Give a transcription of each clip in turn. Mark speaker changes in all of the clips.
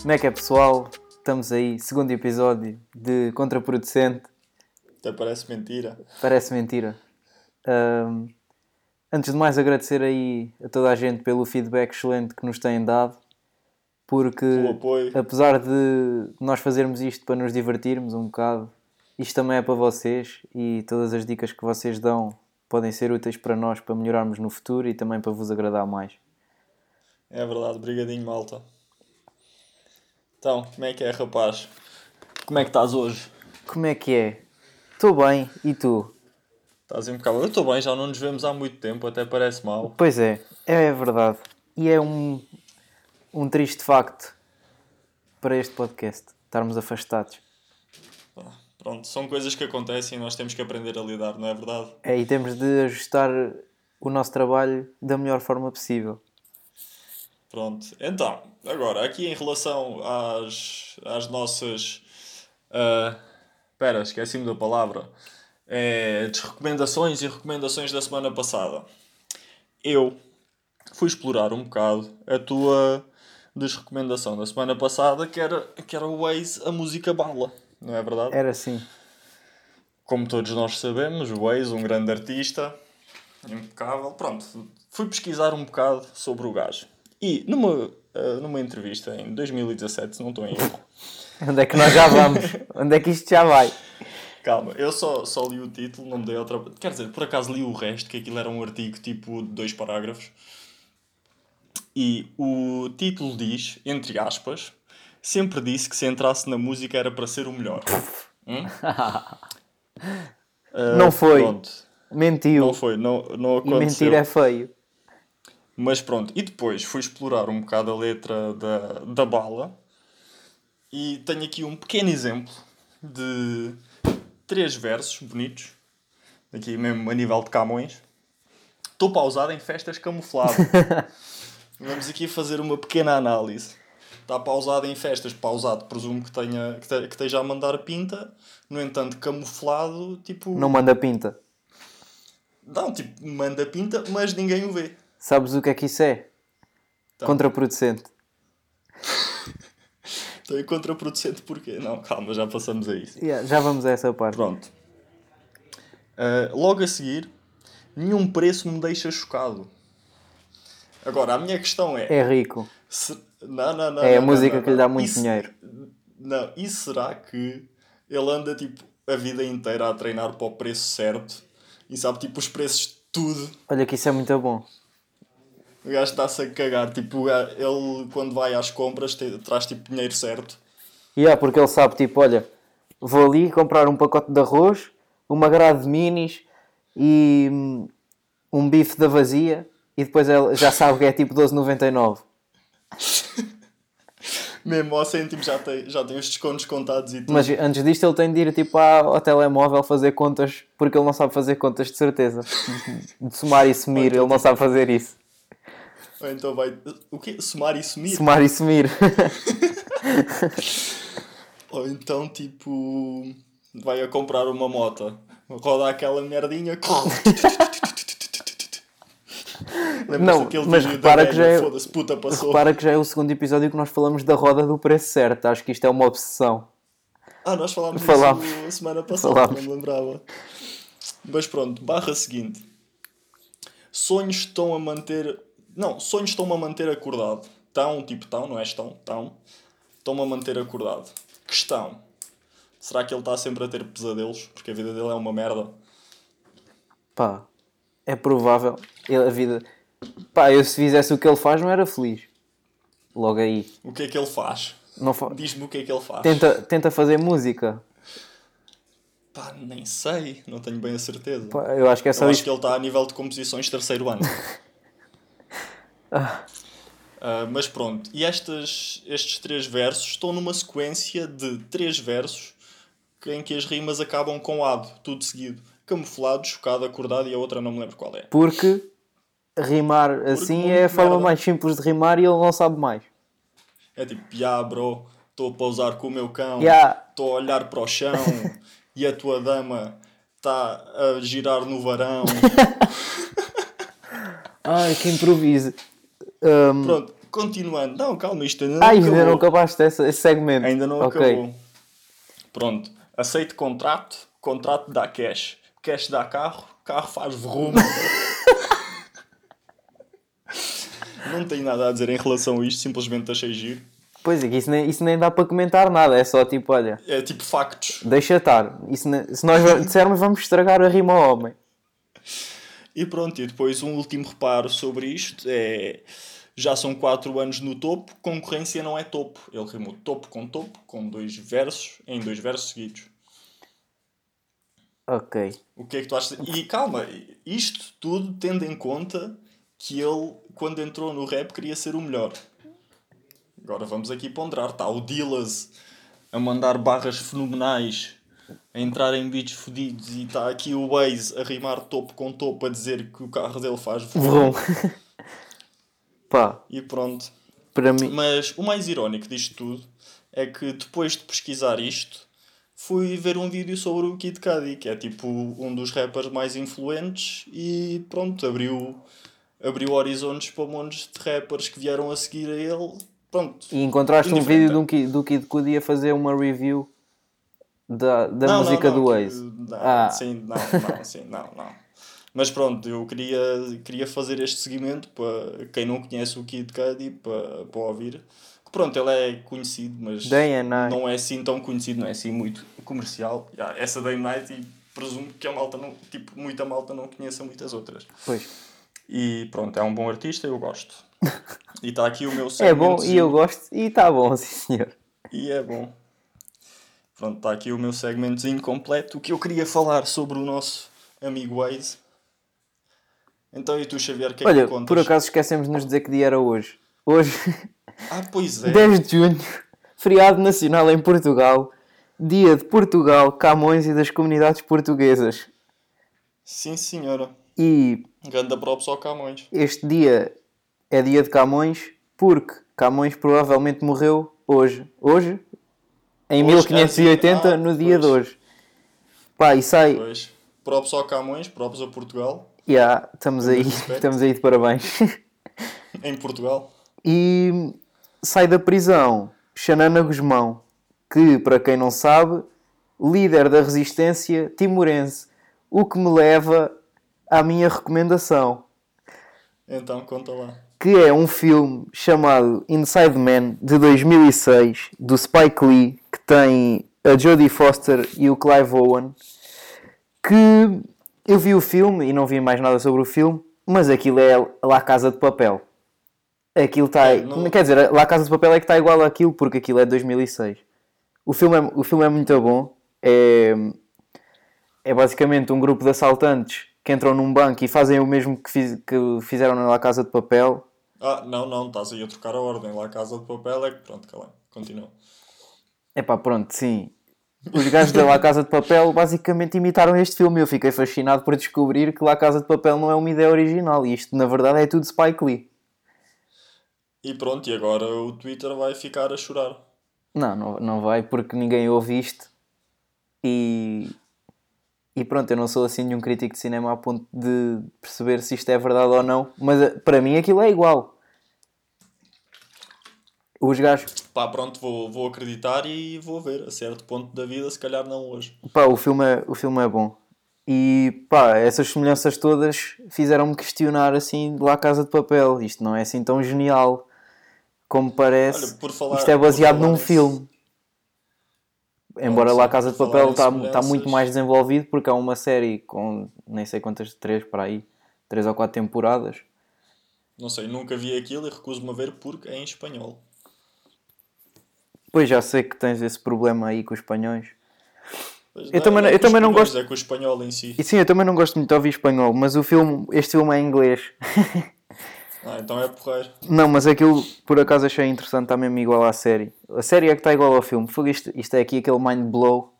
Speaker 1: Como é que é, pessoal? Estamos aí, segundo episódio de Contraproducente.
Speaker 2: Até parece mentira.
Speaker 1: Parece mentira. Ahm, antes de mais, agradecer aí a toda a gente pelo feedback excelente que nos têm dado,
Speaker 2: O
Speaker 1: porque
Speaker 2: apoio.
Speaker 1: apesar de nós fazermos isto para nos divertirmos um bocado, isto também é para vocês e todas as dicas que vocês dão podem ser úteis para nós para melhorarmos no futuro e também para vos agradar mais.
Speaker 2: É verdade, brigadinho malta. Então, como é que é, rapaz? Como é que estás hoje?
Speaker 1: Como é que é? Estou bem, e tu?
Speaker 2: Estás impecável. Eu estou bem, já não nos vemos há muito tempo, até parece mal.
Speaker 1: Pois é, é verdade. E é um, um triste facto para este podcast estarmos afastados.
Speaker 2: Pronto, são coisas que acontecem e nós temos que aprender a lidar, não é verdade?
Speaker 1: É, e temos de ajustar o nosso trabalho da melhor forma possível.
Speaker 2: Pronto, então, agora, aqui em relação às, às nossas. ah, Espera, esqueci-me da palavra. É, desrecomendações e recomendações da semana passada. Eu fui explorar um bocado a tua desrecomendação da semana passada, que era, que era o Waze, a música bala, não é verdade?
Speaker 1: Era assim.
Speaker 2: Como todos nós sabemos, o Waze, um grande artista, impecável. Pronto, fui pesquisar um bocado sobre o gajo. E numa, eh, numa entrevista em 2017, se não estou em erro,
Speaker 1: Onde é que nós já vamos? Onde é que isto já vai?
Speaker 2: calma, eu só, só li o título, não me dei outra. Quer dizer, por acaso li o resto, que aquilo era um artigo tipo de dois parágrafos. E o título diz, entre aspas, sempre disse que se entrasse na música era para ser o melhor. Hum? Eh,
Speaker 1: Não foi.
Speaker 2: Pronto.
Speaker 1: Mentiu.
Speaker 2: Não foi, não, não aconteceu.
Speaker 1: Mentir é feio.
Speaker 2: Mas pronto, e depois fui explorar um bocado a letra da, da bala e tenho aqui um pequeno exemplo de três versos bonitos, aqui mesmo a nível de Camões. Estou pausado em festas camuflado. Vamos aqui fazer uma pequena análise. Está pausado em festas, pausado, presumo que, tenha, que, te- que esteja a mandar pinta, no entanto, camuflado, tipo.
Speaker 1: Não manda pinta.
Speaker 2: Não, tipo, manda pinta, mas ninguém o vê.
Speaker 1: Sabes o que é que isso é?
Speaker 2: Então.
Speaker 1: Contraproducente.
Speaker 2: Então é contraproducente porquê? Não, calma, já passamos a isso.
Speaker 1: Yeah, já vamos a essa parte.
Speaker 2: Pronto. Ah, logo a seguir, nenhum preço me deixa chocado. Agora, a minha questão é.
Speaker 1: É rico.
Speaker 2: se- Não, não, não.
Speaker 1: É a
Speaker 2: não,
Speaker 1: música
Speaker 2: não,
Speaker 1: que lhe dá
Speaker 2: não.
Speaker 1: muito
Speaker 2: E se-
Speaker 1: dinheiro.
Speaker 2: Não, e será que ele anda tipo a vida inteira a treinar para o preço certo e sabe tipo os preços de tudo?
Speaker 1: Olha que isso é muito bom.
Speaker 2: O gajo está-se a cagar. Tipo, o gajo- ele quando vai às compras te- traz tipo dinheiro certo.
Speaker 1: Yeah, porque ele sabe, tipo, olha, vou ali comprar um pacote de arroz, uma grade de minis e hum, um bife da vazia e depois ele já sabe que é tipo 12,99.
Speaker 2: Mesmo ao cêntimo já tem, já tem os descontos contados e tudo.
Speaker 1: Mas antes disto ele tem de ir tipo à- ao telemóvel fazer contas, porque ele não sabe fazer contas de certeza. De somar e sumir, ele não sabe fazer isso.
Speaker 2: Ou então vai. O quê? Somar e sumir?
Speaker 1: Somar e sumir.
Speaker 2: Ou então, tipo. Vai a comprar uma moto. Roda aquela merdinha.
Speaker 1: Não,
Speaker 2: Lembra-se daquele
Speaker 1: mas
Speaker 2: vídeo
Speaker 1: repara
Speaker 2: da
Speaker 1: que já é-
Speaker 2: velha? Foda-se, puta, passou.
Speaker 1: Repara que já é o segundo episódio que nós falamos da roda do preço certo. Acho que isto é uma obsessão.
Speaker 2: Ah, nós falámos
Speaker 1: Falámos.
Speaker 2: disso a semana passada,
Speaker 1: Falámos.
Speaker 2: não me lembrava. Mas pronto, barra seguinte. Sonhos estão a manter. Não, sonhos estão-me a manter acordado. Tão, tipo tão, não é estão, tão. Estão-me a manter acordado. Questão. Será que ele está sempre a ter pesadelos? Porque a vida dele é uma merda.
Speaker 1: Pá, é provável. Ele- a vida. Pá, eu se fizesse o que ele faz não era feliz. Logo aí.
Speaker 2: O que é que ele faz?
Speaker 1: Não fa-
Speaker 2: Diz-me o que é que ele faz.
Speaker 1: tenta, tenta fazer música.
Speaker 2: Pá, nem sei, não tenho bem a certeza.
Speaker 1: Pá, eu acho que é
Speaker 2: Eu
Speaker 1: só
Speaker 2: acho
Speaker 1: isto.
Speaker 2: que ele está a nível de composições terceiro ano. Ah, mas pronto, e estas, estes três versos estão numa sequência de três versos em que as rimas acabam com ado, tudo seguido. Camuflado, chocado, acordado e a outra não me lembro qual é.
Speaker 1: Porque rimar assim
Speaker 2: muito
Speaker 1: é a forma
Speaker 2: merda.
Speaker 1: mais simples de rimar e ele não sabe mais.
Speaker 2: É tipo, ya bro, estou a pousar com o meu cão, estou
Speaker 1: Ya.
Speaker 2: a olhar para o chão e a tua dama está a girar no varão. Ah, é
Speaker 1: Ai, que improviso. Hum,
Speaker 2: Pronto, Continuando. Não, calma, isto é ainda não
Speaker 1: Ah,
Speaker 2: acabou.
Speaker 1: ainda não acabaste esse, esse segmento.
Speaker 2: Ainda não
Speaker 1: Ok.
Speaker 2: acabou. Pronto. Aceito contrato. Contrato dá cash. Cash dá carro. Carro faz vroom. não tenho nada a dizer em relação a isto. Simplesmente achei giro.
Speaker 1: Pois é, que isso nem, isso nem dá para comentar nada. É só tipo, olha,
Speaker 2: É tipo factos.
Speaker 1: deixa estar. Isso ne- se nós va- dissermos, vamos estragar a rima ao homem.
Speaker 2: E pronto, e depois um último reparo sobre isto é. Já são 4 anos no topo, concorrência não é topo. Ele rimou topo com topo, com dois versos, em dois versos seguidos.
Speaker 1: Ok.
Speaker 2: O que é que tu achas? E calma, isto tudo tendo em conta que ele, quando entrou no rap, queria ser o melhor. Agora vamos aqui ponderar. Está o Dillas a mandar barras fenomenais, a entrar em beats fodidos, e está aqui o Waze a rimar topo com topo, a dizer que o carro dele faz voar.
Speaker 1: Vroom. Pá,
Speaker 2: E pronto.
Speaker 1: para mim.
Speaker 2: Mas o mais irónico disto tudo é que depois de pesquisar isto, fui ver um vídeo sobre o Kid Cudi, que é tipo um dos rappers mais influentes e pronto, abriu, abriu horizontes para montes de rappers que vieram a seguir a ele. Pronto.
Speaker 1: E encontraste um
Speaker 2: Indiferente.
Speaker 1: vídeo de um Ki- do Kid Cudi a fazer uma review da, da
Speaker 2: Não, não,
Speaker 1: música
Speaker 2: não,
Speaker 1: do
Speaker 2: que-
Speaker 1: Waze.
Speaker 2: Não,
Speaker 1: Ah.
Speaker 2: Sim, não, não, sim, não, não. Mas pronto, eu queria, queria fazer este seguimento para quem não conhece o Kid Cudi para, para ouvir. Que pronto, ele é conhecido, mas
Speaker 1: Day and Night.
Speaker 2: não é assim tão conhecido, não é assim muito comercial. Já, essa Day and Night e presumo que a malta não, tipo, muita malta não conheça muitas outras.
Speaker 1: Pois.
Speaker 2: E pronto, é um bom artista, eu gosto. E está aqui o meu
Speaker 1: É bom e
Speaker 2: segmentozinho.
Speaker 1: eu gosto e está bom, sim senhor.
Speaker 2: E é bom. Pronto, está aqui o meu segmentozinho completo. O que eu queria falar sobre o nosso amigo Waze. Então, e tu, Xavier, o que é
Speaker 1: Olha,
Speaker 2: que contas?
Speaker 1: por acaso esquecemos de nos dizer que dia era hoje. Hoje,
Speaker 2: Ah, pois é.
Speaker 1: 10 de junho, feriado nacional em Portugal, dia de Portugal, Camões e das comunidades portuguesas.
Speaker 2: Sim, senhora.
Speaker 1: E
Speaker 2: Ganda props ao Camões.
Speaker 1: este dia é dia de Camões porque Camões provavelmente morreu hoje. Hoje? Em
Speaker 2: Hoje,
Speaker 1: 1580,
Speaker 2: ah,
Speaker 1: no dia de
Speaker 2: pois.
Speaker 1: hoje. Pá, e sai.
Speaker 2: Pois. Props ao Camões, props a Portugal.
Speaker 1: Yeah, estamos aí,
Speaker 2: respeito.
Speaker 1: estamos aí de parabéns.
Speaker 2: Em Portugal.
Speaker 1: e sai da prisão Xanana Guzmão, que, para quem não sabe, líder da resistência timorense, o que me leva à minha recomendação,
Speaker 2: Então, conta lá.
Speaker 1: que é um filme chamado Inside Man, de 2006, do Spike Lee, que tem a Jodie Foster e o Clive Owen, que eu vi o filme e não vi mais nada sobre o filme, mas aquilo é La Casa de Papel. Aquilo está.
Speaker 2: É, não-
Speaker 1: Quer dizer, La Casa de Papel é que está igual àquilo, porque aquilo é de 2006. O filme é, o filme é muito bom. É, é basicamente um grupo de assaltantes que entram num banco e fazem o mesmo que, fiz- que fizeram na La Casa de Papel.
Speaker 2: Ah, não, não, estás aí a trocar a ordem. Lá a Casa de Papel é que... Pronto, calma. Continua.
Speaker 1: Epá, pronto, sim. Os gajos da La Casa de Papel basicamente imitaram este filme. Eu fiquei fascinado por descobrir que La Casa de Papel não é uma ideia original. E isto, na verdade, é tudo Spike Lee.
Speaker 2: E pronto, e agora o Twitter vai ficar a chorar.
Speaker 1: Não, não, não vai, porque ninguém ouve isto. E. E pronto, eu não sou assim nenhum crítico de cinema a ponto de perceber se isto é verdade ou não. Mas eh, para mim aquilo é igual. Os gajos.
Speaker 2: Pá, pronto, vou, vou acreditar e vou ver. A certo ponto da vida, se calhar não hoje.
Speaker 1: Pá, o filme é, o filme é bom. E pá, essas semelhanças todas fizeram-me questionar assim de lá a Casa de Papel. Isto não é assim tão genial como parece.
Speaker 2: Olha, por falar-
Speaker 1: Isto é
Speaker 2: por
Speaker 1: baseado
Speaker 2: falar
Speaker 1: num
Speaker 2: nisso-
Speaker 1: filme. Embora
Speaker 2: sim,
Speaker 1: lá a Casa de
Speaker 2: por falar
Speaker 1: Papel
Speaker 2: em
Speaker 1: está tá
Speaker 2: semelhanças-
Speaker 1: muito mais desenvolvido porque há uma série com nem sei quantas, três para aí, três ou quatro temporadas.
Speaker 2: Não sei, nunca vi aquilo e recuso-me a ver porque é em espanhol.
Speaker 1: Pois já sei que tens esse problema aí com os espanhóis.
Speaker 2: Mas
Speaker 1: Eu também não-
Speaker 2: é
Speaker 1: eu
Speaker 2: com os
Speaker 1: também não
Speaker 2: espanhóis,
Speaker 1: gosto-
Speaker 2: É com o espanhol em si.
Speaker 1: E sim, eu também não gosto muito de ouvir espanhol, mas o filme, este filme é em inglês.
Speaker 2: Ah, então é porreiro.
Speaker 1: Não, mas aquilo por acaso achei interessante, está mesmo igual à série. A série é que está igual ao filme. Fogo, isto, isto é aqui aquele mind blow.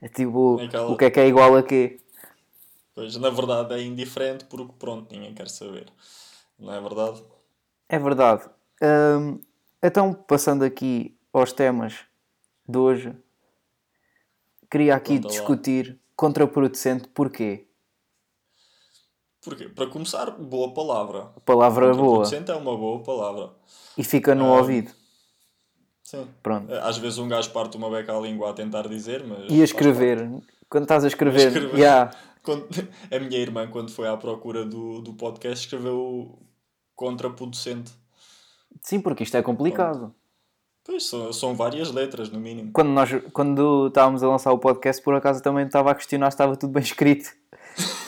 Speaker 1: É tipo,
Speaker 2: Aquela-
Speaker 1: o que é que é igual a quê?
Speaker 2: Pois, na verdade, é indiferente porque, pronto, ninguém quer saber. Não é verdade?
Speaker 1: É verdade. Hum, então, passando aqui aos temas de hoje, queria aqui
Speaker 2: Conta lá.
Speaker 1: discutir contraproducente porquê.
Speaker 2: Porquê? Para começar, boa palavra.
Speaker 1: Palavra boa.
Speaker 2: Contraproducente é uma boa palavra.
Speaker 1: E fica no
Speaker 2: Ah,
Speaker 1: ouvido.
Speaker 2: Sim.
Speaker 1: Pronto.
Speaker 2: Às vezes um gajo parte uma beca à língua a tentar dizer, mas.
Speaker 1: E a escrever. Quando estás a escrever.
Speaker 2: escrever.
Speaker 1: yeah,
Speaker 2: Quando- a minha irmã, quando foi à procura do, do podcast, escreveu contraproducente.
Speaker 1: Sim, porque isto é complicado.
Speaker 2: Pois, são, são várias letras, no mínimo.
Speaker 1: Quando, nós, quando estávamos a lançar o podcast, por acaso também estava a questionar se estava tudo bem escrito.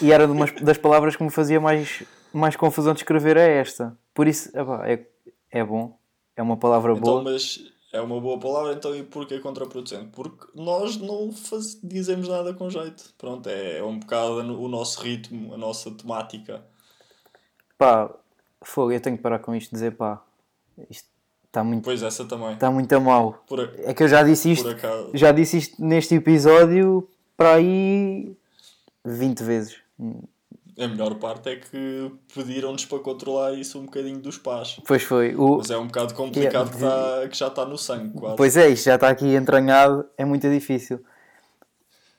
Speaker 1: E era de umas das palavras que me fazia mais, mais confusão de escrever é esta. Por isso, epá, é, é bom. É uma palavra
Speaker 2: Então,
Speaker 1: boa.
Speaker 2: mas é uma boa palavra, então e porquê contraproducente? Porque nós não faz, dizemos nada com jeito. Pronto, é, é um bocado o nosso ritmo, a nossa temática.
Speaker 1: Pá, fogo, eu tenho que parar com isto e dizer pá. Isto está muito,
Speaker 2: Pois essa também.
Speaker 1: está muito a mal.
Speaker 2: Por, a-
Speaker 1: É que eu já disse isto
Speaker 2: por acaso.
Speaker 1: já disse isto neste episódio para aí 20 vezes.
Speaker 2: A melhor parte é que pediram-nos para controlar isso um bocadinho dos pais.
Speaker 1: Pois foi. O...
Speaker 2: Mas é um bocado complicado
Speaker 1: Yeah.
Speaker 2: que, tá- que já está no sangue, quase.
Speaker 1: Pois é, isto já está aqui entranhado, é muito difícil.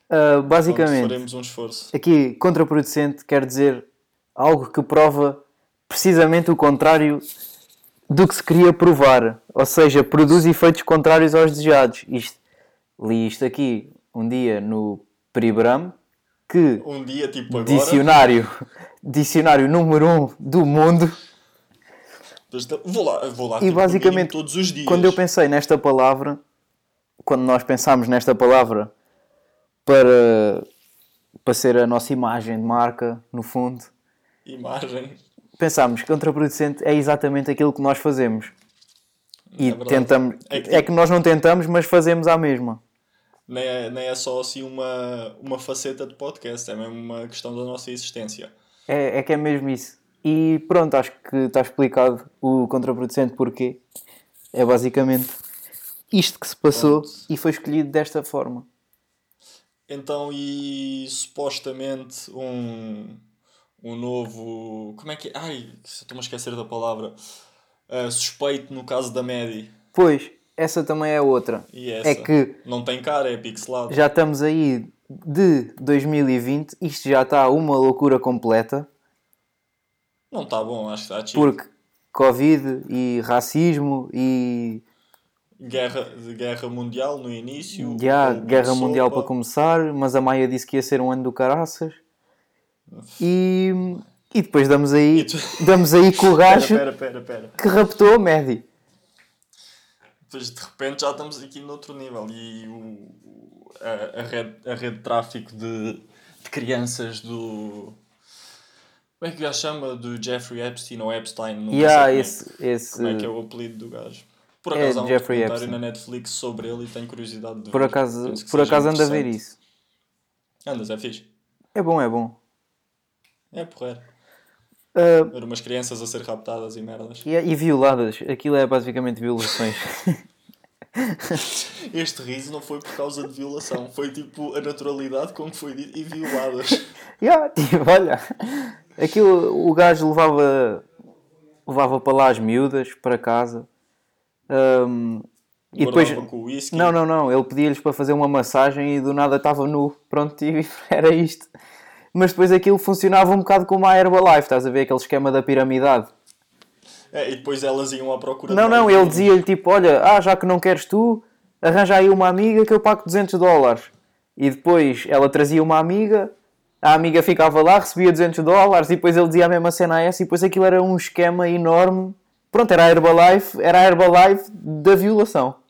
Speaker 1: Ah,
Speaker 2: Pronto,
Speaker 1: basicamente,
Speaker 2: faremos um esforço.
Speaker 1: aqui contraproducente quer dizer algo que prova precisamente o contrário do que se queria provar, ou seja, produz efeitos contrários aos desejados. Isto, li isto aqui um dia no Peribram que
Speaker 2: Um dia, tipo agora.
Speaker 1: dicionário, dicionário número 1 um do mundo.
Speaker 2: Mas tá- Vou lá, vou lá
Speaker 1: E
Speaker 2: tipo,
Speaker 1: basicamente,
Speaker 2: mínimo todos os dias.
Speaker 1: Quando eu pensei nesta palavra, quando nós pensámos nesta palavra para, para ser a nossa imagem de marca, no fundo,
Speaker 2: Imagem.
Speaker 1: pensámos que contraproducente é exatamente aquilo que nós fazemos. E
Speaker 2: verdade.
Speaker 1: tentamos.
Speaker 2: É
Speaker 1: É
Speaker 2: que-
Speaker 1: que... nós não tentamos, mas fazemos à mesma.
Speaker 2: Nem é, nem é só assim uma, uma faceta de podcast, é mesmo uma questão da nossa existência.
Speaker 1: É, é que é mesmo isso. E pronto, acho que está explicado o contraproducente porquê. É basicamente isto que se passou e foi escolhido desta forma.
Speaker 2: Então, e supostamente um, um novo. Como é que é? Ai, estou-me a esquecer da palavra. Ah, suspeito no caso da Maddie.
Speaker 1: Pois, essa também é outra.
Speaker 2: E essa.
Speaker 1: É que
Speaker 2: Não tem cara, é pixelado.
Speaker 1: já estamos aí de 2020, isto já está uma loucura completa,
Speaker 2: Não está bom, acho que está chique.
Speaker 1: porque Covid e racismo e
Speaker 2: Guerra, de guerra mundial no início.
Speaker 1: já,
Speaker 2: roubo de
Speaker 1: guerra mundial
Speaker 2: sopa.
Speaker 1: para começar, mas a Maia disse que ia ser um ano do caraças. E, e depois damos aí,
Speaker 2: E tu-
Speaker 1: damos aí com o gajo
Speaker 2: Pera, pera, pera, pera.
Speaker 1: que raptou a Maddie.
Speaker 2: Pois de repente já estamos aqui noutro nível e o, o- a, a rede, a rede de tráfico de, de crianças do. Como é que o gajo chama? Do Jeffrey Epstein ou Epstein? Não
Speaker 1: Yeah,
Speaker 2: sei
Speaker 1: esse, esse,
Speaker 2: como, é, como é que é o apelido do gajo. Por
Speaker 1: É
Speaker 2: acaso há um
Speaker 1: Jeffrey
Speaker 2: documentário
Speaker 1: Epstein.
Speaker 2: na Netflix sobre ele e tenho curiosidade de ver.
Speaker 1: por acaso,
Speaker 2: Penso que
Speaker 1: por
Speaker 2: seja
Speaker 1: acaso anda a ver
Speaker 2: interessante.
Speaker 1: isso.
Speaker 2: Andas, é fixe.
Speaker 1: É bom, é bom.
Speaker 2: É porreiro.
Speaker 1: Ah,
Speaker 2: Ver umas crianças a ser raptadas e merdas.
Speaker 1: e, e violadas, aquilo é basicamente violações.
Speaker 2: Este riso não foi por causa de violação, foi tipo a naturalidade com que foi dito e violadas.
Speaker 1: Ya, tipo, olha, aquilo o gajo levava, levava para lá as miúdas, para casa. Ahm, e depois.
Speaker 2: Guardava com o whisky.
Speaker 1: Não, não, não, ele pedia-lhes para fazer uma massagem e do nada estava nu. Pronto, e era isto. Mas depois aquilo funcionava um bocado como a Herbalife, estás a ver aquele esquema da piramidade.
Speaker 2: É, e depois elas iam à procura
Speaker 1: Não,
Speaker 2: dele.
Speaker 1: não, ele dizia-lhe tipo: Olha, ah, já que não queres tu, arranja aí uma amiga que eu pago 200 dólares. E depois ela trazia uma amiga, a amiga ficava lá, recebia 200 dólares, e depois ele dizia a mesma cena a essa, e depois aquilo era um esquema enorme. Pronto, era a Herbalife, era a Herbalife da violação.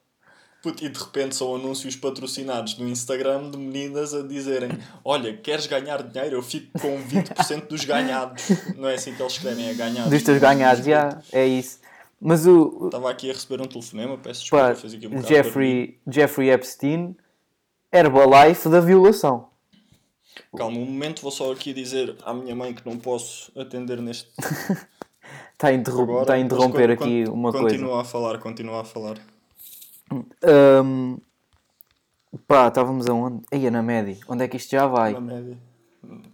Speaker 2: Puto, E de repente são anúncios patrocinados no Instagram de meninas a dizerem: Olha, queres ganhar dinheiro? Eu fico com 20% dos ganhados. Não é assim que eles escrevem, é ganhados.
Speaker 1: Dos teus ganhados, já, é isso. Mas o, o
Speaker 2: Estava aqui a receber um telefonema, peço desculpa,
Speaker 1: pá,
Speaker 2: fiz aqui um bocado de barulho.
Speaker 1: Jeffrey, Jeffrey Epstein, Herbalife da violação.
Speaker 2: Calma, um momento, vou só aqui dizer à minha mãe que não posso atender neste.
Speaker 1: Está Tá a, interrom-
Speaker 2: Agora,
Speaker 1: está a
Speaker 2: mas
Speaker 1: interromper
Speaker 2: con-
Speaker 1: aqui
Speaker 2: con-
Speaker 1: uma coisa.
Speaker 2: Continua a falar, continua a falar.
Speaker 1: Ahm, pá, estávamos aonde? Aí na média. Onde é que isto já vai?
Speaker 2: Na média.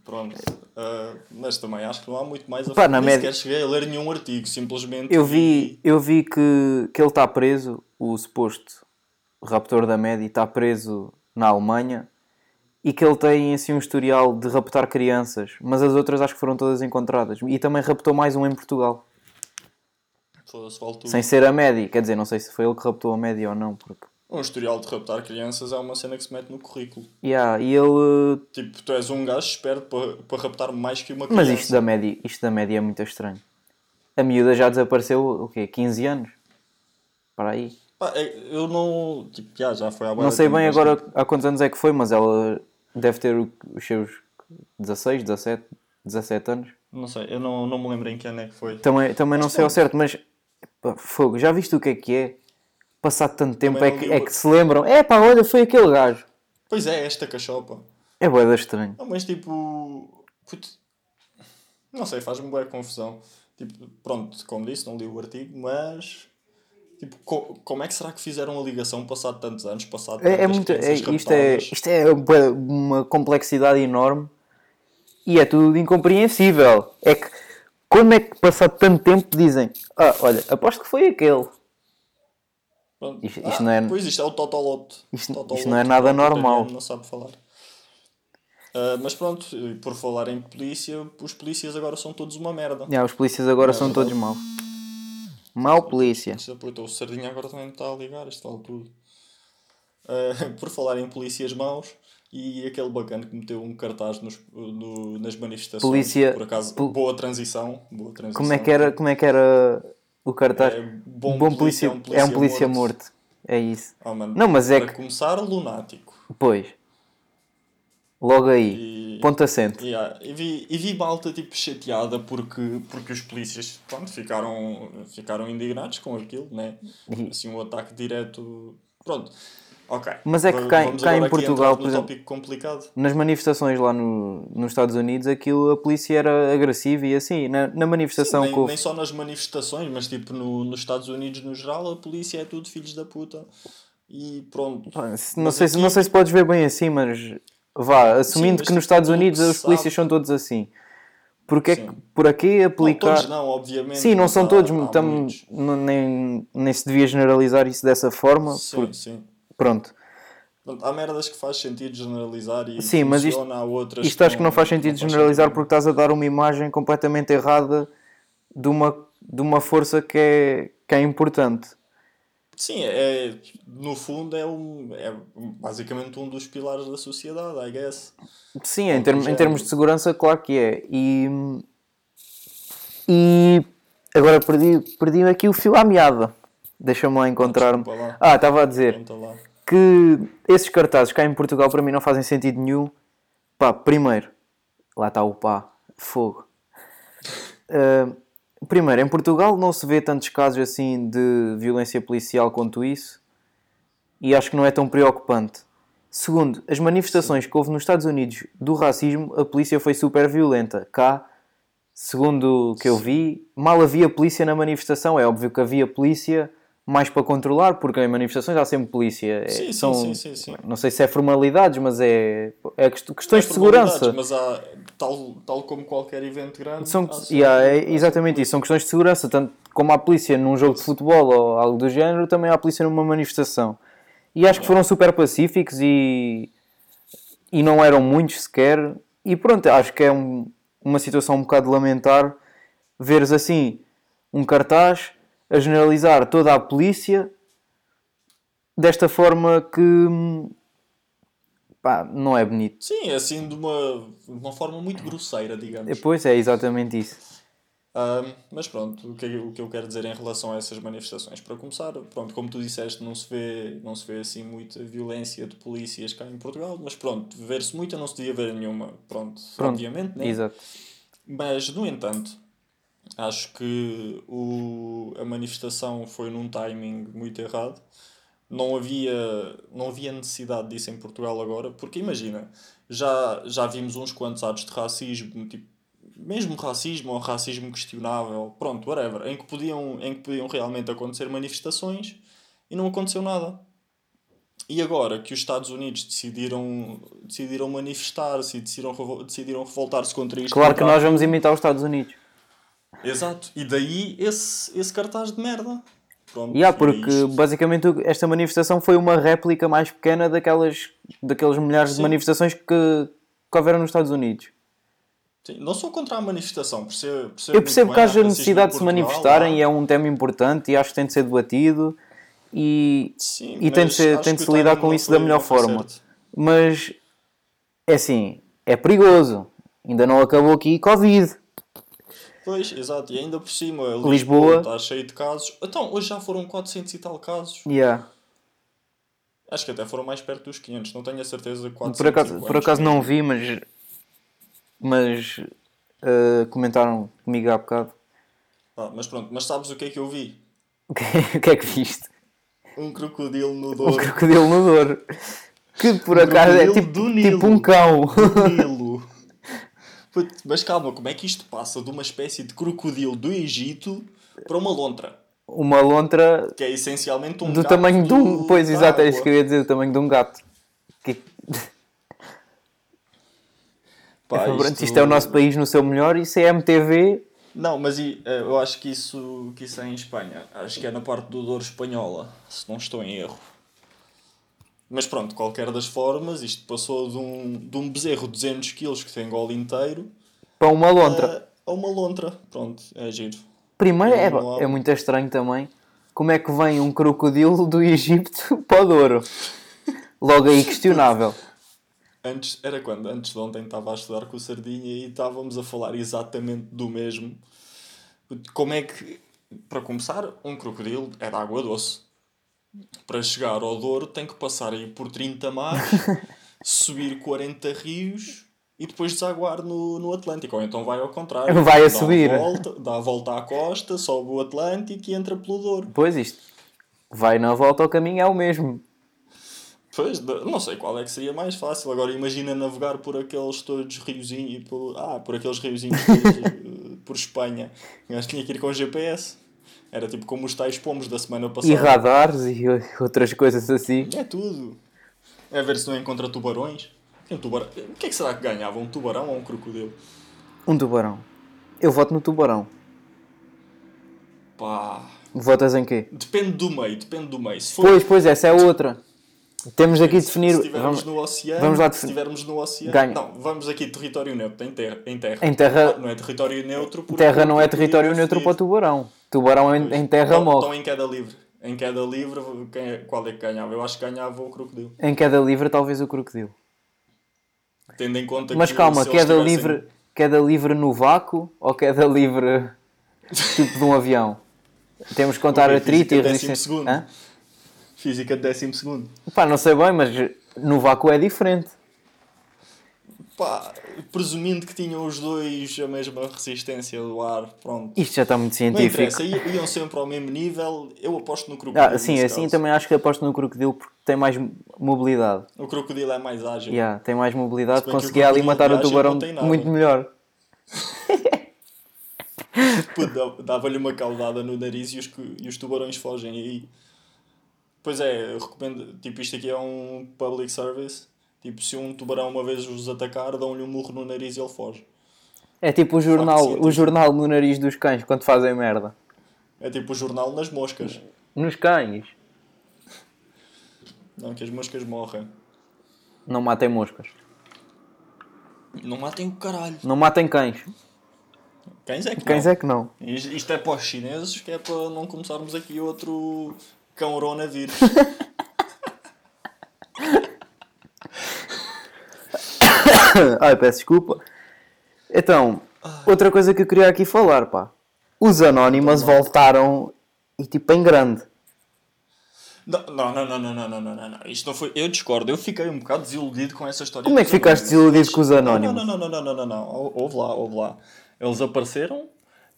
Speaker 2: Pronto. Ah, mas também acho que não há muito mais a
Speaker 1: Pá,
Speaker 2: falar.
Speaker 1: na
Speaker 2: Nem
Speaker 1: média-
Speaker 2: sequer cheguei a ler nenhum artigo, simplesmente.
Speaker 1: Eu vi, eu vi que, que ele está preso, o suposto raptor da média está preso na Alemanha e que ele tem assim um historial de raptar crianças, mas as outras acho que foram todas encontradas. E também raptou mais um em Portugal,
Speaker 2: Foda-se, vale tudo.
Speaker 1: sem ser a Maddie. Quer dizer, não sei se foi ele que raptou a Maddie ou não, porque.
Speaker 2: Um historial de raptar crianças é uma cena que se mete no currículo.
Speaker 1: Yeah, e ele.
Speaker 2: Tipo, tu és um gajo esperto para, para raptar mais que uma
Speaker 1: Mas
Speaker 2: criança.
Speaker 1: isto da Maddie, isto da Maddie é muito estranho. A miúda já desapareceu, o quê? 15 anos? Para aí.
Speaker 2: Pá, é- eu não. Tipo, já, já foi à
Speaker 1: Não sei bem agora há quantos anos é que foi, mas ela deve ter o- os seus 16, 17, 17 anos.
Speaker 2: tipo, Não sei, eu não, não me lembro em que ano é que foi.
Speaker 1: Também, também não sei ao certo, mas pá, fogo, já viste o que é que é? Passado tanto tempo é
Speaker 2: Também não
Speaker 1: que,
Speaker 2: li o-
Speaker 1: é que se lembram. É pá, olha, foi aquele gajo.
Speaker 2: Pois é, esta cachopa.
Speaker 1: É boeda estranho.
Speaker 2: Não, mas tipo. puto, Não sei, faz-me boa confusão. Tipo, pronto, como disse, não li o artigo, mas. Tipo, co- como é que será que fizeram a ligação passado tantos anos, passado
Speaker 1: É, é
Speaker 2: tantas
Speaker 1: muito, é,
Speaker 2: crianças
Speaker 1: isto é,
Speaker 2: raptadas?
Speaker 1: isto é bué- uma complexidade enorme e é tudo incompreensível. É que como é que passado tanto tempo dizem Ah, olha, aposto que foi aquele.
Speaker 2: Pronto.
Speaker 1: isto- isto não é-
Speaker 2: Pois isto é o Totolote.
Speaker 1: Isto-
Speaker 2: Totolote,
Speaker 1: isto não é nada
Speaker 2: o Vitor
Speaker 1: normal.
Speaker 2: Guilherme Não sabe falar. Ah, mas pronto, e por falar em polícia, os polícias agora são todos uma merda.
Speaker 1: Ah, os polícias agora
Speaker 2: Não,
Speaker 1: são
Speaker 2: não.
Speaker 1: todos maus. Mau polícia.
Speaker 2: Isto aproveitou o Sardinha agora também me está a ligar, isto vale tudo. Ah, por falar em polícias maus e aquele bacana que meteu um cartaz nos, no- nas manifestações.
Speaker 1: Polícia-
Speaker 2: Por acaso,
Speaker 1: pol-
Speaker 2: boa transição. Boa transição.
Speaker 1: Como é que era, como é que era o cartaz?
Speaker 2: É bom,
Speaker 1: Bom
Speaker 2: polícia,
Speaker 1: polícia, é um polícia morto. É isso.
Speaker 2: Ah, mano,
Speaker 1: Não, mas é
Speaker 2: para
Speaker 1: que-
Speaker 2: começar, lunático.
Speaker 1: Pois. Logo aí.
Speaker 2: E,
Speaker 1: Ponto assente.
Speaker 2: Yeah, E, vi, e vi malta tipo chateada porque, porque os polícias pronto, ficaram, ficaram indignados com aquilo, né?
Speaker 1: E-
Speaker 2: Assim, um ataque direto. Pronto. Ok.
Speaker 1: Mas é que
Speaker 2: Va-
Speaker 1: cá em-
Speaker 2: vamos
Speaker 1: cá em
Speaker 2: agora aqui
Speaker 1: Portugal,
Speaker 2: entrar
Speaker 1: por
Speaker 2: num
Speaker 1: exemplo-
Speaker 2: tópico complicado.
Speaker 1: Nas manifestações lá no, nos Estados Unidos, aquilo a polícia era agressiva e assim. Na, na manifestação
Speaker 2: nem,
Speaker 1: que houve-
Speaker 2: nem só nas manifestações, mas tipo no, nos Estados Unidos no geral, a polícia é tudo filhos da puta. E pronto.
Speaker 1: Pá, se- Não
Speaker 2: Mas
Speaker 1: sei, se- não sei se podes ver bem assim, mas vá, assumindo
Speaker 2: mas
Speaker 1: que nos
Speaker 2: tipo,
Speaker 1: Estados
Speaker 2: pelo que
Speaker 1: Unidos
Speaker 2: se
Speaker 1: os polícias são
Speaker 2: sabe-
Speaker 1: todos assim. Porque é que,
Speaker 2: Sim.
Speaker 1: por aqui
Speaker 2: Não,
Speaker 1: aplicar.
Speaker 2: todos não, obviamente.
Speaker 1: Sim, não
Speaker 2: mas
Speaker 1: são
Speaker 2: há-
Speaker 1: todos,
Speaker 2: há
Speaker 1: tam-
Speaker 2: muitos.
Speaker 1: não- nem, nem se devia generalizar isso dessa forma.
Speaker 2: Sim,
Speaker 1: porque-
Speaker 2: sim.
Speaker 1: pronto.
Speaker 2: Pronto, há merdas que faz sentido generalizar e
Speaker 1: Sim, mas isto-
Speaker 2: funciona, há outras
Speaker 1: Isto acho que não faz sentido
Speaker 2: não faz
Speaker 1: generalizar
Speaker 2: sentido.
Speaker 1: porque estás a dar uma imagem completamente errada de uma, de uma força que é, que é importante.
Speaker 2: Sim, é, no fundo é, um, é basicamente um dos pilares da sociedade, I guess.
Speaker 1: Sim, em, term- em
Speaker 2: género.
Speaker 1: termos de segurança, claro que é. E. E. Agora perdi, perdi aqui o fio à meada. Deixa-me lá encontrar-me.
Speaker 2: desculpa lá.
Speaker 1: Ah, estava a dizer
Speaker 2: Conta Então lá.
Speaker 1: que esses cartazes cá em Portugal para mim não fazem sentido nenhum. Pá, primeiro, lá está o pá, fogo. Ah, primeiro, em Portugal não se vê tantos casos assim de violência policial quanto isso e acho que não é tão preocupante. Segundo, as manifestações que houve nos Estados Unidos do racismo, a polícia foi super violenta. Cá, segundo o que eu vi, mal havia polícia na manifestação. É óbvio que havia polícia mais para controlar, porque em manifestações há sempre polícia. É,
Speaker 2: Sim, sim,
Speaker 1: são-
Speaker 2: sim, sim, sim.
Speaker 1: Não sei se é formalidades, mas é, é quest- questões de
Speaker 2: Há formalidades, ah,
Speaker 1: segurança.
Speaker 2: Mas há, tal, tal como qualquer evento grande.
Speaker 1: São,
Speaker 2: há sempre-
Speaker 1: yeah, é exatamente isso, são questões de segurança, tanto como há polícia num jogo de futebol ou algo do género, também há polícia numa manifestação. E acho que foram super pacíficos e, e não eram muitos sequer. E pronto, acho que é um- uma situação um bocado lamentar veres assim um cartaz a generalizar toda a polícia desta forma que hum, pá, não é bonito.
Speaker 2: Sim, assim de uma, de uma forma muito grosseira, digamos.
Speaker 1: Pois é, exatamente isso.
Speaker 2: Ahm, mas pronto, o que, o que eu quero dizer em relação a essas manifestações, para começar, pronto, como tu disseste, não se vê, não se vê assim muita violência de polícias cá em Portugal, mas pronto, ver-se muita não se devia ver nenhuma, pronto,
Speaker 1: Pronto,
Speaker 2: obviamente, né?
Speaker 1: Exato.
Speaker 2: Mas, no entanto, acho que o, a manifestação foi num timing muito errado. Não havia, não havia necessidade disso em Portugal agora, porque imagina, já, já vimos uns quantos atos de racismo, tipo, mesmo racismo ou racismo questionável, pronto, whatever, em que podiam, em que podiam realmente acontecer manifestações e não aconteceu nada. E agora que os Estados Unidos decidiram, decidiram manifestar-se e decidiram, revol- decidiram revoltar-se contra isto,
Speaker 1: Claro que
Speaker 2: contra
Speaker 1: nós vamos imitar os Estados Unidos.
Speaker 2: Exato, e daí esse, esse cartaz de merda. Pronto,
Speaker 1: Yeah,
Speaker 2: e
Speaker 1: porque
Speaker 2: isto.
Speaker 1: basicamente o- esta manifestação foi uma réplica mais pequena daquelas, daqueles milhares de
Speaker 2: Sim.
Speaker 1: manifestações que, que houveram nos Estados Unidos.
Speaker 2: Sim, não sou contra a manifestação, percebo, percebo
Speaker 1: Eu percebo que
Speaker 2: muito bem, há
Speaker 1: haja
Speaker 2: racismo em
Speaker 1: necessidade de se
Speaker 2: Portugal,
Speaker 1: manifestarem
Speaker 2: há-
Speaker 1: e é um tema importante e acho que tem de ser debatido e,
Speaker 2: Sim,
Speaker 1: e tem de
Speaker 2: mas
Speaker 1: ser-
Speaker 2: acho
Speaker 1: tem de
Speaker 2: que o
Speaker 1: se lidar
Speaker 2: timing
Speaker 1: com
Speaker 2: não
Speaker 1: isso da
Speaker 2: foi-
Speaker 1: melhor
Speaker 2: não foi
Speaker 1: forma.
Speaker 2: certo.
Speaker 1: mas é assim, é perigoso. Ainda não acabou aqui Covid.
Speaker 2: Pois, exato, e ainda por cima, Lisboa,
Speaker 1: Lisboa.
Speaker 2: está cheio de casos. Então, hoje já foram 400 e tal casos.
Speaker 1: Yeah.
Speaker 2: Acho que até foram mais perto dos 500, não tipo, tenho a certeza de 400.
Speaker 1: Por acaso, por acaso não vi, mas, mas eh, comentaram comigo há bocado.
Speaker 2: Ah, mas pronto, mas sabes o que é que eu vi?
Speaker 1: O que, é- o que é que viste?
Speaker 2: Um crocodilo no
Speaker 1: O
Speaker 2: Douro.
Speaker 1: crocodilo no Douro. Que por acaso é
Speaker 2: Um crocodilo
Speaker 1: tipo,
Speaker 2: do Nilo.
Speaker 1: tipo um cão.
Speaker 2: Nilo. Puto, Mas calma, como é que isto passa de uma espécie de crocodilo do Egito para uma lontra?
Speaker 1: Uma lontra
Speaker 2: Que é essencialmente um
Speaker 1: do
Speaker 2: gato
Speaker 1: tamanho de um.
Speaker 2: do-
Speaker 1: Pois,
Speaker 2: da
Speaker 1: exato, é isso
Speaker 2: água.
Speaker 1: que eu ia dizer, do tamanho de um gato. Que,
Speaker 2: Pá,
Speaker 1: pronto, isto... é o nosso país no seu melhor, isso é MTV.
Speaker 2: Não, mas e, eh, eu acho que isso, que isso é em Espanha. Acho que é na parte do Douro Espanhola, se não estou em erro. Mas pronto, qualquer das formas, isto passou de um, de um bezerro de 200 kg que tem golo inteiro
Speaker 1: Para uma lontra.
Speaker 2: a, a uma lontra. Pronto, é giro.
Speaker 1: Primeiro, é,
Speaker 2: não há-
Speaker 1: é muito estranho também como é que vem um crocodilo do Egito para o Douro. Logo aí questionável.
Speaker 2: Antes, era quando? Antes de ontem estava a estudar com o Sardinha e estávamos a falar exatamente do mesmo. Como é que, para começar, um crocodilo é de água doce. Para chegar ao Douro tem que passar aí por 30 mares, subir 40 rios e depois desaguar no, no Atlântico. Ou então vai ao contrário.
Speaker 1: Vai a
Speaker 2: dá
Speaker 1: subir.
Speaker 2: volta- dá a volta à costa, sobe o Atlântico e entra pelo Douro.
Speaker 1: Pois isto. Vai na volta ao caminho é o mesmo.
Speaker 2: Pois, de- não sei qual é que seria mais fácil. Agora imagina navegar por aqueles todos riozinhos, por, ah, por aqueles riozinhos todos, eh, por Espanha. Eu acho que tinha que ir com GPS. Era tipo como os tais pomos da semana
Speaker 1: E
Speaker 2: passada.
Speaker 1: radares e outras coisas assim.
Speaker 2: É tudo. É ver se não encontra tubarões. Um tubarão. O que é que será que ganhava? Um tubarão ou um crocodilo?
Speaker 1: Um tubarão. Eu voto no tubarão.
Speaker 2: Pá.
Speaker 1: Votas em quê?
Speaker 2: Depende do meio, depende do meio. Se for
Speaker 1: Pois, pois, essa é outra. Temos aqui de
Speaker 2: se
Speaker 1: definir.
Speaker 2: estivermos
Speaker 1: Vamos,
Speaker 2: no oceano,
Speaker 1: vamos lá
Speaker 2: se
Speaker 1: definir.
Speaker 2: estivermos no oceano,
Speaker 1: Ganha.
Speaker 2: não, vamos aqui território neutro, em terra, em terra.
Speaker 1: Em terra-
Speaker 2: Ah, não é território neutro porque
Speaker 1: terra não é
Speaker 2: porque
Speaker 1: território neutro para o
Speaker 2: fedido.
Speaker 1: tubarão. Tubarão em, em terra
Speaker 2: Então-
Speaker 1: morre.
Speaker 2: Então em queda livre, em queda livre, quem é- qual é que ganhava? Eu acho que ganhava o crocodilo.
Speaker 1: Em queda livre, talvez o crocodilo.
Speaker 2: Tendo em conta
Speaker 1: Mas
Speaker 2: que
Speaker 1: calma,
Speaker 2: se eles
Speaker 1: queda
Speaker 2: tivessem-
Speaker 1: livre, queda livre no vácuo ou queda livre tipo de um avião? Temos que contar
Speaker 2: Ok,
Speaker 1: atrito
Speaker 2: física
Speaker 1: e
Speaker 2: décimo
Speaker 1: resistência.
Speaker 2: segundo.
Speaker 1: Hã?
Speaker 2: Física de décimo segundo.
Speaker 1: Pá, não sei bem, mas no vácuo é diferente.
Speaker 2: Pá, presumindo que tinham os dois a mesma resistência do ar, pronto.
Speaker 1: Isto já está muito
Speaker 2: Não interessa, é
Speaker 1: científico.
Speaker 2: i- iam sempre ao mesmo nível, eu aposto no crocodilo.
Speaker 1: Ah, sim,
Speaker 2: nesse
Speaker 1: assim
Speaker 2: caso.
Speaker 1: também acho que aposto no crocodilo porque tem mais mo- mobilidade.
Speaker 2: O crocodilo é mais ágil.
Speaker 1: Yeah, tem mais mobilidade,
Speaker 2: Se bem que o
Speaker 1: conseguia alimentar o
Speaker 2: crocodilo viaja
Speaker 1: tubarão
Speaker 2: e não tem nada.
Speaker 1: muito melhor.
Speaker 2: Pô, dá- Dava-lhe uma caudada no nariz e os, cu- e os tubarões fogem. E... Pois é, eu recomendo. Tipo, isto aqui é um public service. Tipo, se um tubarão uma vez os atacar, dão-lhe um murro no nariz e ele foge.
Speaker 1: É tipo o jornal,
Speaker 2: científico.
Speaker 1: o jornal no nariz dos cães quando fazem merda.
Speaker 2: É tipo o jornal nas moscas.
Speaker 1: Nos cães,
Speaker 2: Não, que as moscas morrem.
Speaker 1: não matem moscas.
Speaker 2: Não matem o caralho.
Speaker 1: Não matem cães.
Speaker 2: Cães é que
Speaker 1: Cães
Speaker 2: não.
Speaker 1: é que não.
Speaker 2: Is- Isto é para os chineses, que é para não começarmos aqui outro cão-ronavírus.
Speaker 1: Ai, peço desculpa. Então,
Speaker 2: Ah.
Speaker 1: outra coisa que eu queria aqui falar, pá. Os Anónimas
Speaker 2: Então
Speaker 1: voltaram e tipo em grande.
Speaker 2: Não, não, não, não, não, não, não, não, não. Isto não foi. Eu discordo, eu fiquei um bocado desiludido com essa história.
Speaker 1: Como é que
Speaker 2: dos
Speaker 1: ficaste
Speaker 2: Anónimos.
Speaker 1: desiludido com os Anónimos?
Speaker 2: Não, não, não, não, não, não, não, não. Ou- Ouve lá, ouve lá. Eles apareceram,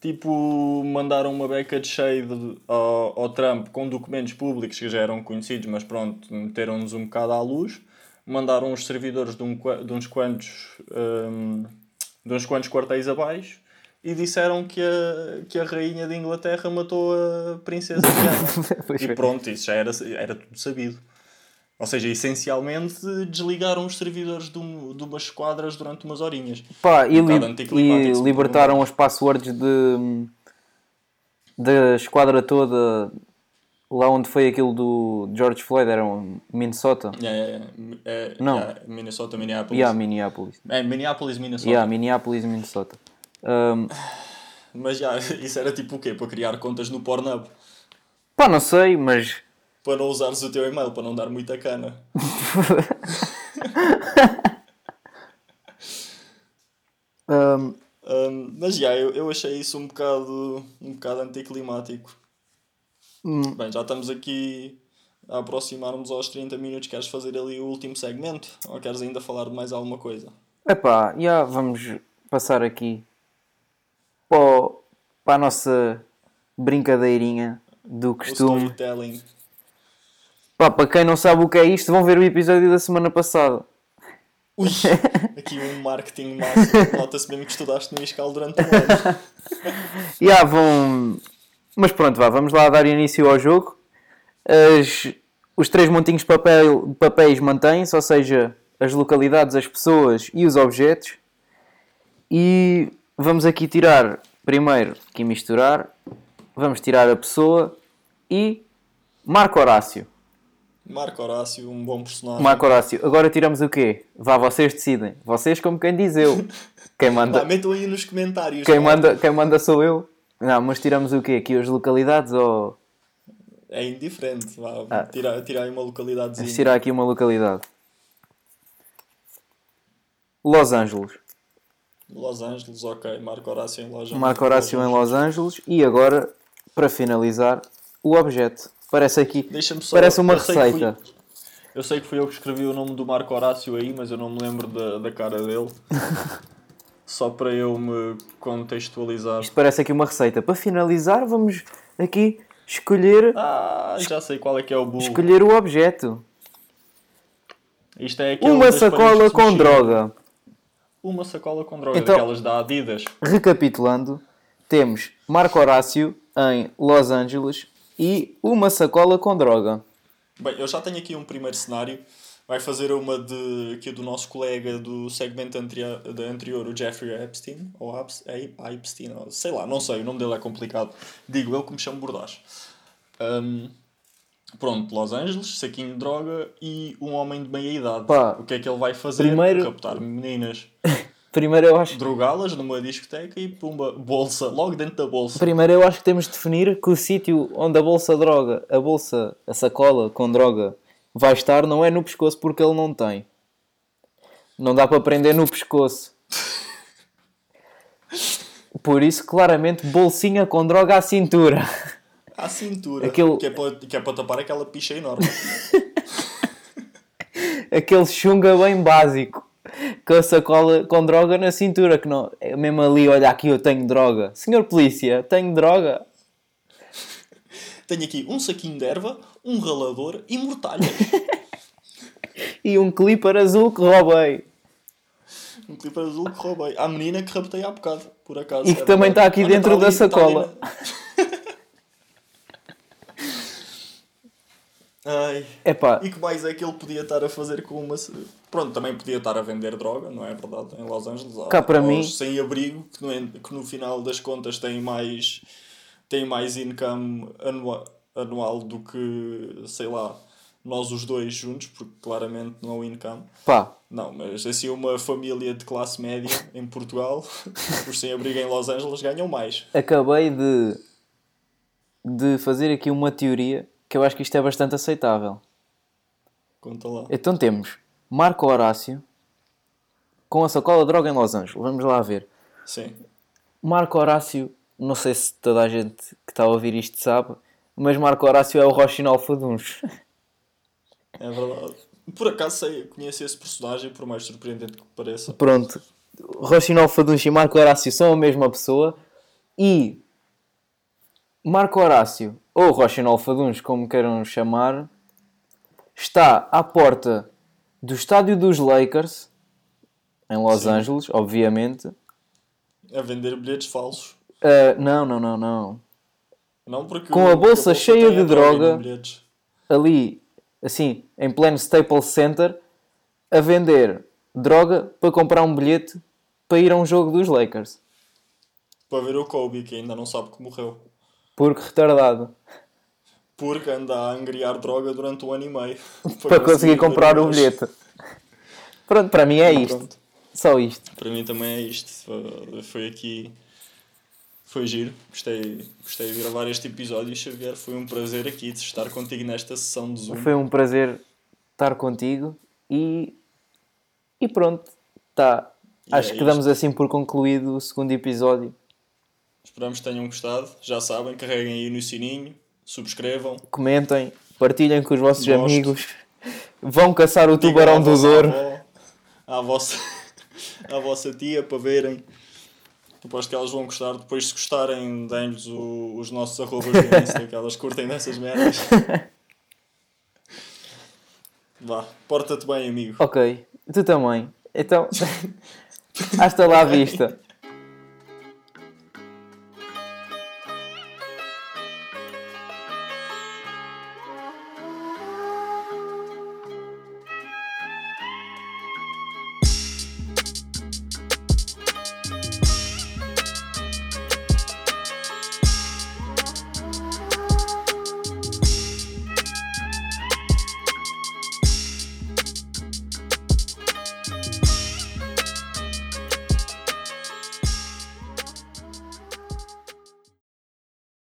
Speaker 2: tipo, mandaram uma beca de shade ao, ao Trump com documentos públicos que já eram conhecidos, mas pronto, meteram-nos um bocado à luz. Mandaram os servidores de, um qua- de uns quantos. hum, de uns quantos quartéis abaixo. E disseram que a, que a rainha de Inglaterra matou a princesa Diana.
Speaker 1: Pois
Speaker 2: e
Speaker 1: foi.
Speaker 2: pronto, isso já era, era tudo sabido. Ou seja, essencialmente desligaram os servidores de, um- de umas esquadras durante umas horinhas.
Speaker 1: Pá, e,
Speaker 2: Um bocado
Speaker 1: li-
Speaker 2: anticlimático,
Speaker 1: e
Speaker 2: sim,
Speaker 1: libertaram as passwords de da esquadra toda Lá onde foi aquilo do George Floyd, era um Minnesota.
Speaker 2: Yeah, yeah, yeah. É,
Speaker 1: Não.
Speaker 2: yeah, Minnesota, Minneapolis.
Speaker 1: Yeah, Minneapolis.
Speaker 2: É, Minneapolis, Minnesota.
Speaker 1: Yeah, Minneapolis, Minnesota. Um,
Speaker 2: Mas já, isso era tipo o quê? Para criar contas no Pornhub.
Speaker 1: pá, não sei, mas.
Speaker 2: Para não usares o teu e-mail, para não dar muita cana.
Speaker 1: Um,
Speaker 2: Ahm, mas já, eu, eu achei isso um bocado, um bocado anticlimático.
Speaker 1: Hum.
Speaker 2: Bem, já estamos aqui a aproximar-nos aos 30 minutos. Queres fazer ali o último segmento? Ou queres ainda falar de mais alguma coisa?
Speaker 1: epá, yeah, vamos passar aqui para, para a nossa brincadeirinha do
Speaker 2: O
Speaker 1: costume.
Speaker 2: storytelling.
Speaker 1: Pá, para quem não sabe o que é isto, vão ver o episódio da semana passada.
Speaker 2: Ui, aqui um marketing máximo. Nota-se mesmo que estudaste no Iscal durante um ano.
Speaker 1: Já vão. Mas pronto, vá, vamos lá dar início ao jogo. As- Os três montinhos de papel- de papéis mantêm-se, ou seja, as localidades, as pessoas e os objetos. E vamos aqui tirar, primeiro, aqui misturar, vamos tirar a pessoa e Marco Horácio.
Speaker 2: Marco Horácio, um bom personagem.
Speaker 1: Marco Horácio, agora tiramos o quê? Vá, vocês decidem. Vocês, como quem diz eu. Quem manda,
Speaker 2: Pá, metam aí nos comentários.
Speaker 1: quem
Speaker 2: pá.
Speaker 1: manda, quem manda sou eu. Não, mas tiramos o quê? Aqui as localidades ou.
Speaker 2: É indiferente. Vá,
Speaker 1: Ah.
Speaker 2: tira, tira aí uma
Speaker 1: Vamos
Speaker 2: localidadezinha.
Speaker 1: tirar aqui uma localidade. Los Angeles.
Speaker 2: Los Angeles, ok. Marco Horácio em Los Angeles.
Speaker 1: Marco Horácio em Los Angeles. E agora, para finalizar, o objeto. Parece aqui.
Speaker 2: Deixa-me só-
Speaker 1: Parece uma
Speaker 2: eu sei que fui-
Speaker 1: receita.
Speaker 2: Eu sei que fui eu que escrevi o nome do Marco Horácio aí, mas eu não me lembro da, da cara dele. Só para eu me contextualizar.
Speaker 1: Isto parece aqui uma receita. Para finalizar, vamos aqui escolher,
Speaker 2: Ah, já sei qual é que é o burro.
Speaker 1: escolher o objeto.
Speaker 2: Isto é aquele
Speaker 1: Uma
Speaker 2: das
Speaker 1: sacola
Speaker 2: palhas de
Speaker 1: com
Speaker 2: sushi.
Speaker 1: droga.
Speaker 2: Uma sacola com droga,
Speaker 1: Então-
Speaker 2: daquelas da Adidas.
Speaker 1: Recapitulando, temos Marco Horácio em Los Angeles e uma sacola com droga.
Speaker 2: Bem, eu já tenho aqui um primeiro cenário. Vai fazer uma de aqui do nosso colega do segmento anteria- da anterior, o Jeffrey Epstein, ou Abs- Ei- Epstein, ou sei lá, não sei, o nome dele é complicado. Digo eu que me chamo Bordas. Ahm, pronto, Los Angeles, saquinho de droga e um homem de meia idade.
Speaker 1: Pá,
Speaker 2: o que é que ele vai fazer?
Speaker 1: primeiro-
Speaker 2: Captar meninas,
Speaker 1: Primeiro, eu acho
Speaker 2: drogá-las numa discoteca e pumba, bolsa, logo dentro da bolsa.
Speaker 1: Primeiro eu acho que temos de definir que o sítio onde a bolsa droga, a bolsa, a sacola com droga vai estar não é no pescoço porque ele não tem. Não dá para prender no pescoço. Por isso, claramente, bolsinha com droga à cintura.
Speaker 2: À cintura,
Speaker 1: Aquele-
Speaker 2: que, é para, que é para tapar aquela picha enorme.
Speaker 1: Aquele chunga bem básico. Com a sacola com droga na cintura, que não. É mesmo ali, olha aqui, eu tenho droga. Senhor polícia, tenho droga.
Speaker 2: Tenho aqui um saquinho de erva, um ralador e mortalha.
Speaker 1: E um clipper azul que roubei.
Speaker 2: um clipe azul que roubei. À menina que raptei há bocado, por acaso.
Speaker 1: E que
Speaker 2: É
Speaker 1: também
Speaker 2: verdade.
Speaker 1: está aqui
Speaker 2: Olha,
Speaker 1: dentro
Speaker 2: está ali-
Speaker 1: da
Speaker 2: está ali
Speaker 1: sacola.
Speaker 2: na- Ai.
Speaker 1: Epá,
Speaker 2: E que mais é que ele podia estar a fazer com uma. se- Pronto, também podia estar a vender droga, não é verdade? Em Los Angeles. há-
Speaker 1: Cá para
Speaker 2: há
Speaker 1: mim-
Speaker 2: os Sem-abrigo, que, no en- que no final das contas têm mais. têm mais income anua- anual do que, sei lá, nós os dois juntos, porque claramente não há income.
Speaker 1: pá,
Speaker 2: Não, mas assim uma família de classe média em Portugal, os sem-abrigo em Los Angeles ganham mais.
Speaker 1: acabei de, de fazer aqui uma teoria que eu acho que isto é bastante aceitável.
Speaker 2: Conta lá.
Speaker 1: Então temos Marco Horácio com a sacola de droga em Los Angeles. Vamos lá ver.
Speaker 2: Sim.
Speaker 1: Marco Horácio, não sei se toda a gente que está a ouvir isto sabe, mas Marco Horácio é o Rochin Alfaduns.
Speaker 2: É verdade. Por acaso sei, conheço esse personagem, por mais surpreendente que pareça.
Speaker 1: Pronto, Rochin Alfaduns e Marco Horácio são a mesma pessoa e Marco Horácio, ou Rochin Alfaduns, como queiram chamar, está à porta do estádio dos Lakers, em Los Angeles, obviamente.
Speaker 2: A vender bilhetes falsos.
Speaker 1: Ah, não, não, não, não.
Speaker 2: Não porque
Speaker 1: Com a
Speaker 2: o-
Speaker 1: bolsa
Speaker 2: porque
Speaker 1: cheia
Speaker 2: tem a
Speaker 1: de
Speaker 2: e
Speaker 1: droga.
Speaker 2: não bilhetes.
Speaker 1: Ali, assim, em pleno Staples Center, a vender droga para comprar um bilhete para ir a um jogo dos Lakers.
Speaker 2: Para ver o Kobe, que ainda não sabe que morreu.
Speaker 1: Porque retardado.
Speaker 2: Porque anda a angriar droga durante um ano e meio.
Speaker 1: para conseguir comprar o bilhete. Pronto, para mim é isto.
Speaker 2: Pronto.
Speaker 1: Só isto.
Speaker 2: Para mim também é isto. Foi- Foi aqui. Foi giro. Gostei, gostei de gravar este episódio, Xavier. Foi um prazer aqui de estar contigo nesta sessão de Zoom.
Speaker 1: Foi um prazer estar contigo e. E pronto. Tá.
Speaker 2: E
Speaker 1: Acho
Speaker 2: é
Speaker 1: que damos assim por concluído o segundo episódio.
Speaker 2: Esperamos que tenham gostado. Já sabem, carreguem aí no sininho, subscrevam.
Speaker 1: Comentem, partilhem com os vossos
Speaker 2: Gosto.
Speaker 1: amigos. Vão caçar o
Speaker 2: Digam à
Speaker 1: tubarão do
Speaker 2: vossa
Speaker 1: Douro.
Speaker 2: avó, À vossa, à vossa tia para verem. Depois que elas vão gostar, depois se gostarem, deem-lhes o- os nossos arrobas do Insta, que elas curtem dessas merdas. Vá, porta-te bem, amigo.
Speaker 1: Ok, tu também. Então, hasta lá à vista.